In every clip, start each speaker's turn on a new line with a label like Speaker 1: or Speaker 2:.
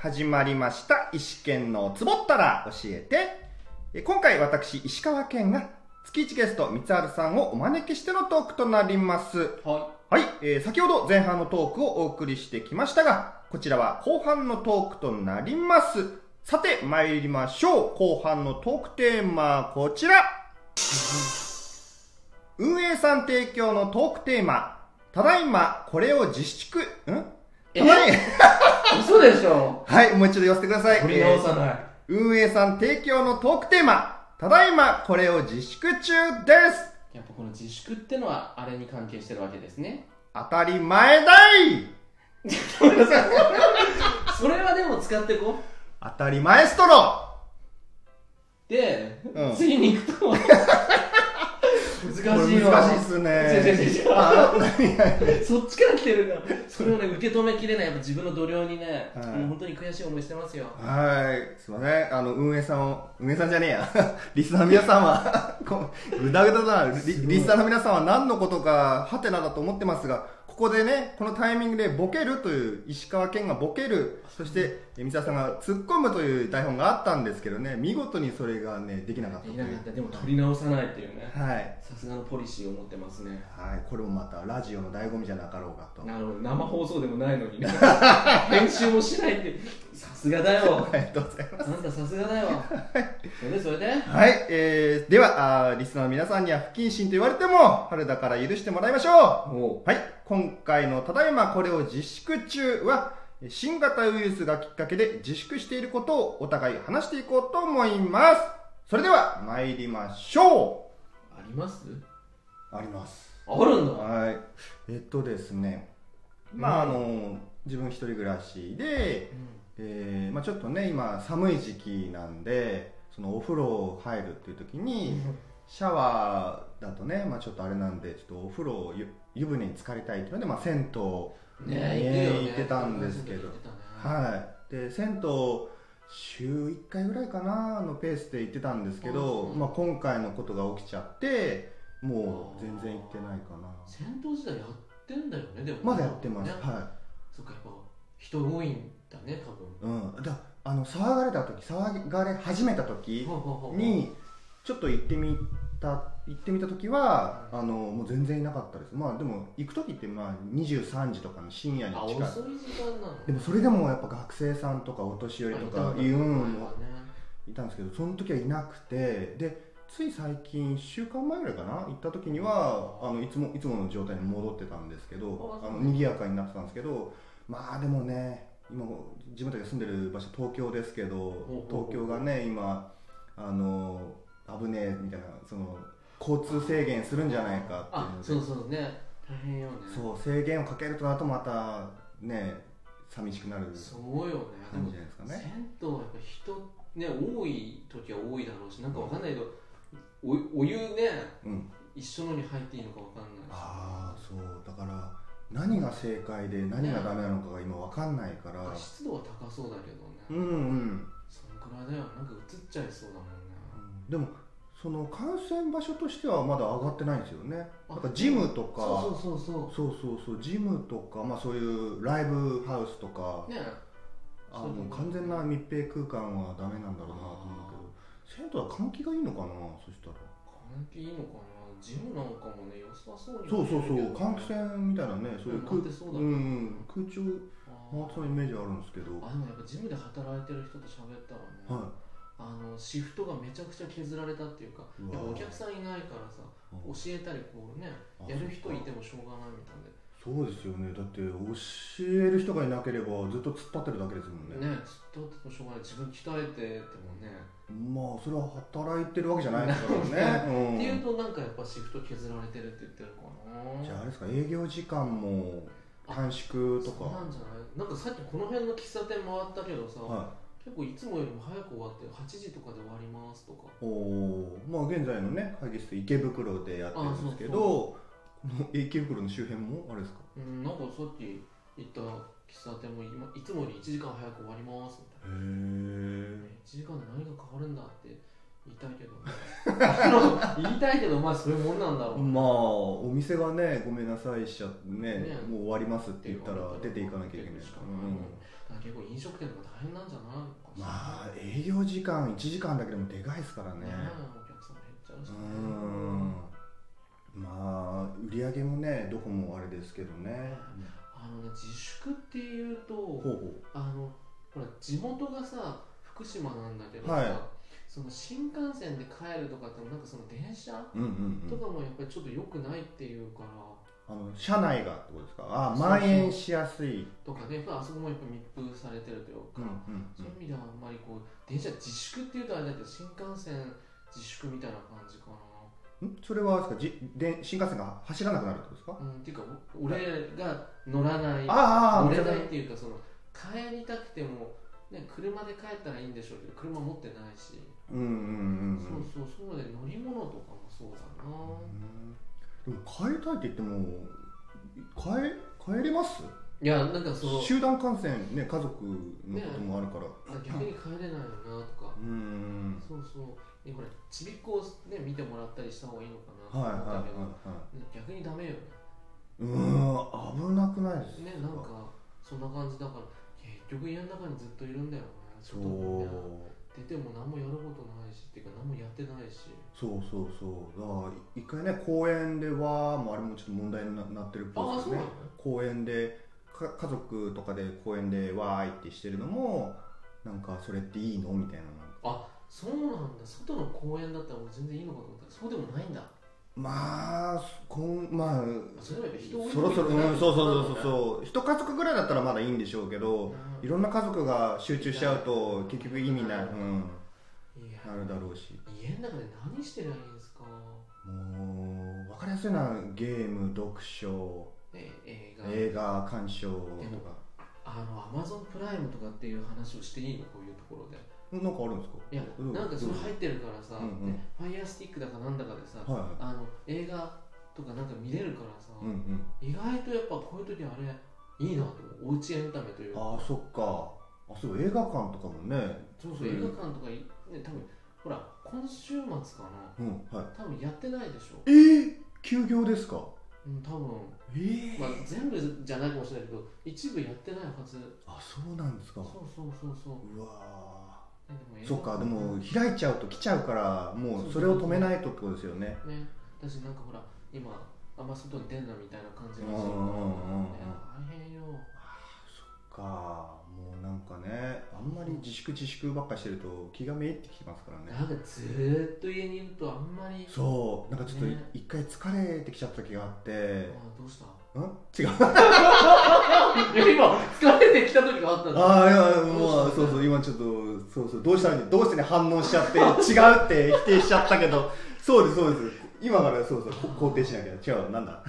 Speaker 1: 始まりました。石健のつぼったら教えて。え今回私、石川県が月1ゲスト、三春さんをお招きしてのトークとなります。
Speaker 2: は
Speaker 1: はい、えー先ほど前半のトークをお送りしてきましたが、こちらは後半のトークとなります。さて、参りましょう。後半のトークテーマ、こちら。運営さん提供のトークテーマ、ただいま、これを自粛、ん
Speaker 2: え
Speaker 1: ただい
Speaker 2: い。嘘でしょ
Speaker 1: はい、もう一度言わせてください。
Speaker 2: 取り直さない。
Speaker 1: えー運営さん提供のトークテーマ、ただいま、これを自粛中です。
Speaker 2: やっぱこの自粛ってのはあれに関係してるわけですね。
Speaker 1: 当たり前だい
Speaker 2: ごめんなさい。それはでも使ってこう。
Speaker 1: 当たり前ストロー
Speaker 2: で、
Speaker 1: うん
Speaker 2: 次に行くと。 難
Speaker 1: こ
Speaker 2: しい
Speaker 1: れ
Speaker 2: わ。
Speaker 1: 難しいっす
Speaker 2: 違う
Speaker 1: ね。
Speaker 2: 違う違う
Speaker 1: あ何が
Speaker 2: そっちから来てるから。それをね、受け止めきれない。やっぱ自分の度量にね、
Speaker 1: はい
Speaker 2: もう本当に悔しい思いしてますよ。
Speaker 1: はい、すいません。あの、運営さんを、運営さんじゃねえや。 リスナーの皆さんは、 こうぐだぐだだなリ。リスナーの皆さんは何のことか、ハテナだと思ってますが、ここでね、このタイミングでボケるという、石川県がボケる、そして、え三沢さんが突っ込むという台本があったんですけどね、見事にそれがね、できなかった
Speaker 2: で
Speaker 1: とい
Speaker 2: き
Speaker 1: う。
Speaker 2: なかった。でも取り直さないっていうね。
Speaker 1: はい。
Speaker 2: さすがのポリシーを持ってますね。
Speaker 1: はい、これもまたラジオの醍醐味じゃなかろうかと。
Speaker 2: なるほど生放送でもないのにね 編集もしないってさすがだよ
Speaker 1: ありがとうございます。
Speaker 2: なんださすがだよそれでそれで
Speaker 1: はい、えー、ではあーリスナーの皆さんには不謹慎と言われても春だから許してもらいましょ
Speaker 2: お
Speaker 1: うはい今回の「ただいまこれを自粛中は」新型ウイルスがきっかけで自粛していることをお互い話していこうと思いますそれでは参りましょ
Speaker 2: あります
Speaker 1: うあります
Speaker 2: あるんだ
Speaker 1: はいえっとですねまああの自分一人暮らしで、えーまあ、ちょっとね今寒い時期なんでそのお風呂入るっていう時に、シャワーだとね、まあ、ちょっとあれなんでちょっとお風呂を湯湯船に浸かりたいっていうので、まあ、銭湯、
Speaker 2: ねえ行くよね
Speaker 1: 行ってたんですけど
Speaker 2: 行ってたね
Speaker 1: はいで銭湯週1回ぐらいかなのペースで行ってたんですけ
Speaker 2: うん
Speaker 1: ど、
Speaker 2: うん
Speaker 1: まあ、今回のことが起きちゃってもう全然行ってないかな
Speaker 2: 戦闘時代やってんだよねでも
Speaker 1: まだやってます、
Speaker 2: ね
Speaker 1: は
Speaker 2: そっかやっぱ人多いんだね多分
Speaker 1: い、うん、だあの騒がれた時騒がれ始めた時
Speaker 2: ほうほうほう
Speaker 1: にちょっと行ってみた行ってみた時はあのもう全然いなかったですまあでも行く時ってまあ23時とかの深夜に
Speaker 2: あ
Speaker 1: 近い
Speaker 2: 遅い時間なの
Speaker 1: でもそれでもやっぱ学生さんとかお年寄りと
Speaker 2: あ
Speaker 1: か
Speaker 2: いた
Speaker 1: い
Speaker 2: んだ
Speaker 1: うん
Speaker 2: 前はね
Speaker 1: いたんですけどその時はいなくてでつい最近1週間前ぐらいかな行った時にはあのいつもいつもの状態に戻ってたんですけど
Speaker 2: あ
Speaker 1: あ
Speaker 2: そ
Speaker 1: の
Speaker 2: う
Speaker 1: 賑やかになってたんですけどまあでもね今自分たちが住んでる場所東京ですけど
Speaker 2: ほうほうほう
Speaker 1: 東京がね今あの危ねえみたいなその交通制限するんじゃないかっていう
Speaker 2: あ
Speaker 1: ので
Speaker 2: そうそうね大変よね
Speaker 1: そう制限をかけるとなるとまたね寂しくなる
Speaker 2: そうよねで
Speaker 1: 感
Speaker 2: も
Speaker 1: じじゃないですかね
Speaker 2: 銭湯はやっぱ人ね多い時は多いだろうしなんかわかんないけど、おお湯ね
Speaker 1: うん、
Speaker 2: 一緒のに入っていいのかわかんないし
Speaker 1: ああそうだから何が正解で何がダメなのかが今わかんないから、
Speaker 2: なんか湿度は高そうだけどね、
Speaker 1: うんうん、
Speaker 2: そのくらいだよなんか映っちゃいそうだもんね
Speaker 1: でもその感染場所としてはまだ上がってないんですよね
Speaker 2: あ
Speaker 1: なんかジムとか
Speaker 2: そうそうそうそ
Speaker 1: そうそうそうジムとか、まあ、そういうライブハウスとか
Speaker 2: う、ね
Speaker 1: あ
Speaker 2: そうだ
Speaker 1: の
Speaker 2: ね
Speaker 1: 完全な密閉空間はダメなんだろうなと思うけど銭湯は換気がいいのかなそしたら
Speaker 2: 換気いいのかなジムなんかもね良さそうに
Speaker 1: そうそうそう換
Speaker 2: 換
Speaker 1: 気扇みたいなねそういう
Speaker 2: うん回ってそうだね
Speaker 1: んうん、空調回ってそうな
Speaker 2: あ
Speaker 1: イメージあるんですけど
Speaker 2: ーあでもやっぱジムで働いてる人と喋ったらね、
Speaker 1: は
Speaker 2: あのシフトがめちゃくちゃ削られたっていうか
Speaker 1: うわー
Speaker 2: やっぱお客さんいないからさ教えたりこうね
Speaker 1: い
Speaker 2: やる人いてもしょうがないみたいで
Speaker 1: そうですよねだって教える人がいなければずっと突っ立ってるだけですもんね
Speaker 2: ねずっとってもしょうがない自分鍛えててもね、
Speaker 1: まあそれは働いてるわけじゃないですからね、うん
Speaker 2: っていうとなんかやっぱシフト削られてるって言ってるかな
Speaker 1: じゃああれですか営業時間も短縮と
Speaker 2: そう
Speaker 1: か
Speaker 2: なんじゃないなんかさっきこの辺の喫茶店回ったけどさ、
Speaker 1: は
Speaker 2: 結構いつもよりも早く終わって8時とかで終わりますと
Speaker 1: い
Speaker 2: か
Speaker 1: おおまあ現在のね会議室池袋でやってるんですけど
Speaker 2: あ
Speaker 1: この池袋の周辺もあれですか
Speaker 2: うんなんかさっき行った喫茶店も今いつもより1時間早く終わりますみたいな
Speaker 1: へえ
Speaker 2: 1時間で何が変わるんだって言いたいけどねあ の言いたいけどまあそういうもんなんだろう
Speaker 1: まあお店がねごめんなさいしちゃね
Speaker 2: ね
Speaker 1: もう終わりますって言ったら出ていかなきゃいけない
Speaker 2: し
Speaker 1: か、
Speaker 2: からない、
Speaker 1: うん
Speaker 2: だからから結構飲食店とか大変なんじゃないのかしら
Speaker 1: まあ営業時間1時間だけでもでかいですからね
Speaker 2: ねお客さん減っちゃうし
Speaker 1: う
Speaker 2: ね
Speaker 1: んまあ売り上げもねどこもあれですけどね
Speaker 2: あのね自粛っていうと
Speaker 1: ほうほ
Speaker 2: あのほら地元がさ福島なんだけどさ、
Speaker 1: はい
Speaker 2: その新幹線で帰るとかってなんかその電車
Speaker 1: ううんうんう
Speaker 2: と
Speaker 1: ん
Speaker 2: かもやっぱりちょっと良くないっていうから
Speaker 1: あの社内がってことですかあ
Speaker 2: そうそう
Speaker 1: 蔓延しやすい
Speaker 2: とかねやっぱあそこもやっぱ密封されてるという
Speaker 1: うんう
Speaker 2: か、
Speaker 1: ん
Speaker 2: そういう意味ではあんまりこう電車自粛っていうとあれだけど新幹線自粛みたいな感じかな、
Speaker 1: うんんそれはあれですかじで新幹線が走らなくなるってことですか
Speaker 2: うん、っていうかお俺が乗らない
Speaker 1: ああ
Speaker 2: 乗れない
Speaker 1: あ
Speaker 2: っていうかその帰りたくても、ね、車で帰ったらいいんでしょうけど車持ってないし、
Speaker 1: うんうんうんうん
Speaker 2: そうそうそうで乗り物とかもそうだな、
Speaker 1: でも帰りたいって言っても帰帰れます
Speaker 2: いやなんかその
Speaker 1: 集団感染ね家族のこともあるから、
Speaker 2: 逆に帰れないよなとか、
Speaker 1: うん
Speaker 2: そうそうえほらちびっこを、ね、見てもらったりした方がいいのかなと
Speaker 1: はいはい
Speaker 2: 思ったけど、
Speaker 1: はいはい
Speaker 2: 逆にダメよね
Speaker 1: うーん危なくないです
Speaker 2: ねなんかそんな感じだから結局家の中にずっといるんだよね
Speaker 1: そ
Speaker 2: 外
Speaker 1: う
Speaker 2: にね出ても何もやることないしっていうか何もやってないし
Speaker 1: そうそうそうだから一回ね公園ではもうあれもちょっと問題にななってるっぽいです
Speaker 2: あそう
Speaker 1: ね
Speaker 2: なの
Speaker 1: 公園でか家族とかで公園でわーいってしてるのもなんかそれっていいのみたいな
Speaker 2: そうなんだ外の公園だったら俺全然いいのかと思ったらそうでもないんだ
Speaker 1: まあこんまあ
Speaker 2: それはやっぱ人多い
Speaker 1: そろそろ、うん、そうそうそうそう
Speaker 2: う
Speaker 1: そう一家族ぐらいだったらまだいいんでしょうけどいろんな家族が集中しちゃうと結局意味ない、うん、
Speaker 2: いや
Speaker 1: なるだろうし
Speaker 2: 家の中で何してりゃいいんですか、
Speaker 1: もう分かりやすいのはゲーム読書
Speaker 2: ね、映画、
Speaker 1: 映画鑑賞
Speaker 2: で
Speaker 1: と
Speaker 2: も
Speaker 1: か
Speaker 2: あのアマゾンプライムとかっていう話をしていいのこういうところで
Speaker 1: なんかあるんですか
Speaker 2: いや、
Speaker 1: うん
Speaker 2: なんかそれ入ってるからさ、
Speaker 1: うんうん
Speaker 2: ねファイヤースティックだかなんだかでさ、
Speaker 1: はいはい
Speaker 2: あの映画とかなんか見れるからさ、
Speaker 1: うんうん
Speaker 2: 意外とやっぱこういう時あれいいなと思うおうちエンタメというか
Speaker 1: ああそっかあそう映画館とかもね
Speaker 2: そうそう
Speaker 1: うん
Speaker 2: 映画館とかい、ね、多分ほら今週末かな
Speaker 1: うんはい
Speaker 2: 多分やってないでしょ、
Speaker 1: えー、休業ですか
Speaker 2: うん、多分
Speaker 1: えー
Speaker 2: まあ、全部じゃないかもしれないけど一部やってないはず
Speaker 1: あそうなんですか
Speaker 2: そうそうそうそう
Speaker 1: うわ
Speaker 2: ねでも
Speaker 1: ー
Speaker 2: 映画
Speaker 1: そっかでも開いちゃうと来ちゃうからもうそれを止めないとってことですよね
Speaker 2: ねだしなんかほら今あんま外に出んなみたいな感じがす
Speaker 1: うんうん
Speaker 2: るから
Speaker 1: うんうん
Speaker 2: ね大変よ
Speaker 1: そっかもうなんかねあんまり自粛自粛ばっかしてると気がめいってきてますからね
Speaker 2: なんかずーっと家にいるとあんまり
Speaker 1: そうなんかちょっと
Speaker 2: ね
Speaker 1: 一回疲れてきちゃった時があって、
Speaker 2: あどうした
Speaker 1: うん違う
Speaker 2: いや今疲れてきた時があったんだ
Speaker 1: ああいやもうそうそう今ちょっとそうそうどうしたのにどうしてね反応しちゃって違うって否定しちゃったけどそうですそうです今からそうそうこ肯定しなきゃ違うなんだ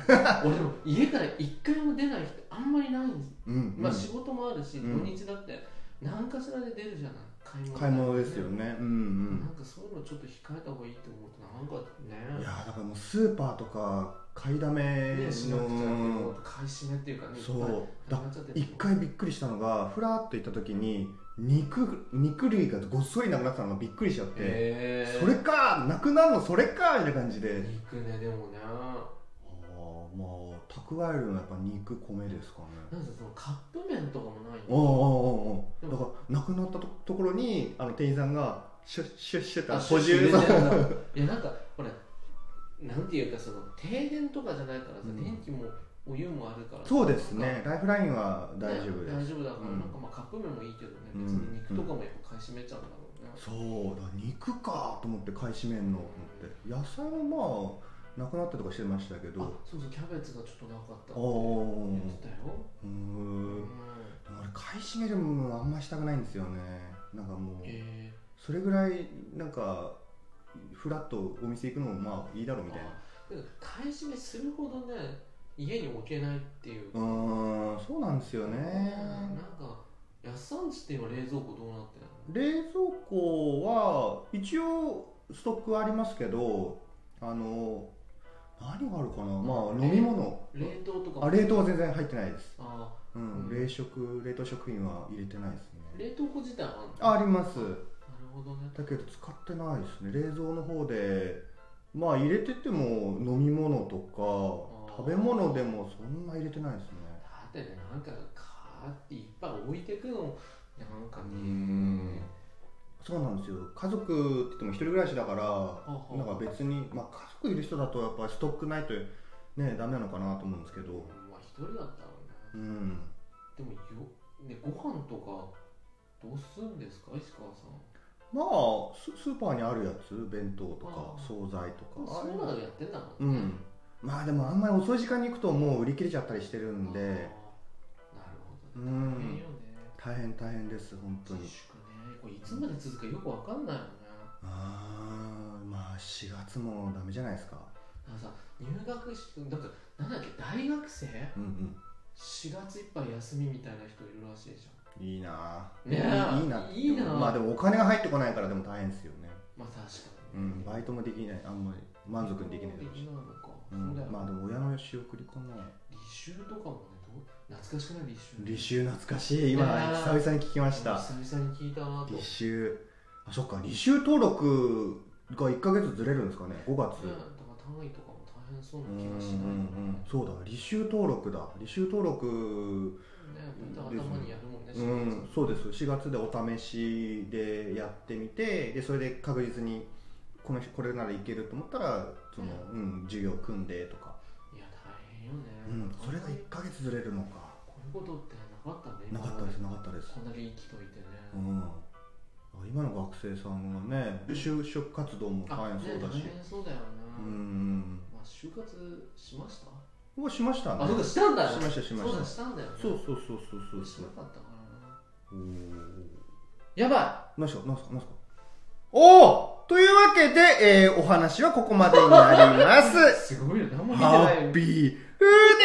Speaker 2: 俺でも家から一回も出ない人あんまりないんです、
Speaker 1: うん、うん
Speaker 2: まあ仕事もあるし、
Speaker 1: うん
Speaker 2: 土日だって何かしらで出るじゃない買い物だ
Speaker 1: 買い物ですよねうん
Speaker 2: なんかそういうのちょっと控えた方がいいと思うとなんか
Speaker 1: うんい
Speaker 2: ね
Speaker 1: やだからもうスーパーとか買いだめ
Speaker 2: ねしなくちゃ
Speaker 1: の
Speaker 2: 買い占めっていうかね
Speaker 1: そう
Speaker 2: いっぱいな
Speaker 1: だ
Speaker 2: くなっちゃってる
Speaker 1: 一回びっくりしたのがふらっと行った時に肉肉類がごっそりなくなってたのがびっくりしちゃって、
Speaker 2: へー
Speaker 1: それかなくなるのそれかみたいな感じで
Speaker 2: 肉ねでもね
Speaker 1: あーまあ蓄えるのはやっぱ肉米ですかね
Speaker 2: なんせそのカップ麺とかもな
Speaker 1: あ
Speaker 2: い
Speaker 1: あああ
Speaker 2: の
Speaker 1: ああだからなくなったとところにあの店員さんがシュッシュッシュッって
Speaker 2: あ
Speaker 1: 補充
Speaker 2: シ ュッシュッ
Speaker 1: そう
Speaker 2: いやなんかほらなんていうかその停電とかじゃないからさ、
Speaker 1: うん
Speaker 2: 電気もお湯もあるから
Speaker 1: そうですねライフラインは大丈夫
Speaker 2: ね
Speaker 1: で
Speaker 2: 大
Speaker 1: す
Speaker 2: 丈夫だから、
Speaker 1: うん
Speaker 2: なんかまあカップ麺もいいけどね
Speaker 1: うん
Speaker 2: 別に肉とかもやっぱ買い占めちゃうんだろう
Speaker 1: そ
Speaker 2: ね、
Speaker 1: うだ肉かと思って買い占めんのと思って野菜もまあなくなったとかしてましたけどあ
Speaker 2: あそうそうキャベツがちょっとなかったって
Speaker 1: あ
Speaker 2: 言
Speaker 1: ー
Speaker 2: ってたよ、
Speaker 1: うー
Speaker 2: うん
Speaker 1: で
Speaker 2: ん、
Speaker 1: も俺買い占めるものあんましたくないんですよねなんかもう
Speaker 2: え
Speaker 1: それぐらいなんかフラッとお店行くのもまあいいだろう
Speaker 2: ー、
Speaker 1: みたいな
Speaker 2: あなんか買い占めするほどね家に置けないっていう
Speaker 1: うーんそうなんですよね
Speaker 2: なんか安産地って今冷蔵庫どうなってるの
Speaker 1: 冷蔵庫は一応ストックありますけどあの何があるかなまあ飲み物
Speaker 2: 冷凍とかも
Speaker 1: あ冷凍は全然入ってないです
Speaker 2: あ
Speaker 1: うん、
Speaker 2: うん
Speaker 1: 冷食冷凍食品は入れてないですね
Speaker 2: 冷凍庫自体はあ
Speaker 1: ああります
Speaker 2: るのなるほどね
Speaker 1: だけど使ってないですね冷蔵の方でまあ入れてても飲み物と
Speaker 2: あ
Speaker 1: か
Speaker 2: ー
Speaker 1: 食べ物でもそんな入れてないですね
Speaker 2: だってねなんかっていっぱい置いてくのなんかね
Speaker 1: うんそうなんですよ家族って言っても一人暮らしだから
Speaker 2: あはあ
Speaker 1: なんか別に、まあ、家族いる人だとやっぱストックないとねダメなのかなと思うんですけど
Speaker 2: まあ一人だったらね
Speaker 1: うん
Speaker 2: でもよ、ね、ご飯とかどうするんですか石川さん
Speaker 1: まあススーパーにあるやつ弁当とか
Speaker 2: あー
Speaker 1: 惣菜と
Speaker 2: そう
Speaker 1: かあれ
Speaker 2: いうのやってんだも
Speaker 1: うん
Speaker 2: ね
Speaker 1: んまあでもあんまり遅い時間に行くともう売り切れちゃったりしてる
Speaker 2: あー
Speaker 1: んで
Speaker 2: なる
Speaker 1: う
Speaker 2: ほどね大変
Speaker 1: ん
Speaker 2: よね
Speaker 1: 大変大変です本当
Speaker 2: 自
Speaker 1: に
Speaker 2: 粛ねこれいつまで続くかよくわかんないよね
Speaker 1: ああまあ4月もダメじゃないですか
Speaker 2: あのさ入学しなんかなんだっけ大学生
Speaker 1: うん
Speaker 2: 4月いっぱい休みみたいな人いるらしいじゃん
Speaker 1: うんいいなあ
Speaker 2: ねえ
Speaker 1: いいいない
Speaker 2: いなあ
Speaker 1: まあでもお金が入ってこないからでも大変ですよね
Speaker 2: まあ確か
Speaker 1: う
Speaker 2: にね、
Speaker 1: んバイトもできないあんまり満足にできないだろう
Speaker 2: でき
Speaker 1: し
Speaker 2: ないのか、
Speaker 1: うん
Speaker 2: そうだよ、
Speaker 1: まあでも親の仕送りかな
Speaker 2: 履修とかもねどう懐かしくない履修
Speaker 1: 履修懐かしい今
Speaker 2: いや
Speaker 1: 久
Speaker 2: ー
Speaker 1: 々に聞きまし
Speaker 2: 久
Speaker 1: た
Speaker 2: 々に聞いたなと
Speaker 1: 履修あそっか履修登録が1か月ずれるんですかね5月
Speaker 2: うんだから単位とかも大変そうな気がしない
Speaker 1: うんうんうんそうだ履修登録だ履修登録
Speaker 2: ねまた頭にやるもんね、
Speaker 1: う
Speaker 2: 4
Speaker 1: んそうです4月でお試しでやってみてでそれで確実にこのこれならいけると思ったらその、うん、授業組んでとか、
Speaker 2: 月いや大変よ
Speaker 1: うん、
Speaker 2: ね、
Speaker 1: それが1か月ずれるのか
Speaker 2: こういうことってなかったね
Speaker 1: なかったですなかったです
Speaker 2: こんだけ生きといてね、
Speaker 1: うん、今の学生さんはね就職活動も大
Speaker 2: あ
Speaker 1: 変そ
Speaker 2: ね
Speaker 1: うだ
Speaker 2: 大
Speaker 1: し、
Speaker 2: 変そうだよね、
Speaker 1: うん
Speaker 2: まあ就活しました
Speaker 1: もうしましたね
Speaker 2: あそうかしたんだ
Speaker 1: しましたしました
Speaker 2: そうだしたんだよね
Speaker 1: そうそうそうそうそう
Speaker 2: し
Speaker 1: そ
Speaker 2: な
Speaker 1: う
Speaker 2: かったからな
Speaker 1: おー
Speaker 2: やば
Speaker 1: なんすかなんすかなんすかおおというわけで、えーお話はここまでになりま
Speaker 2: い
Speaker 1: す
Speaker 2: すごいよ何も見てない
Speaker 1: ハッピーフーデ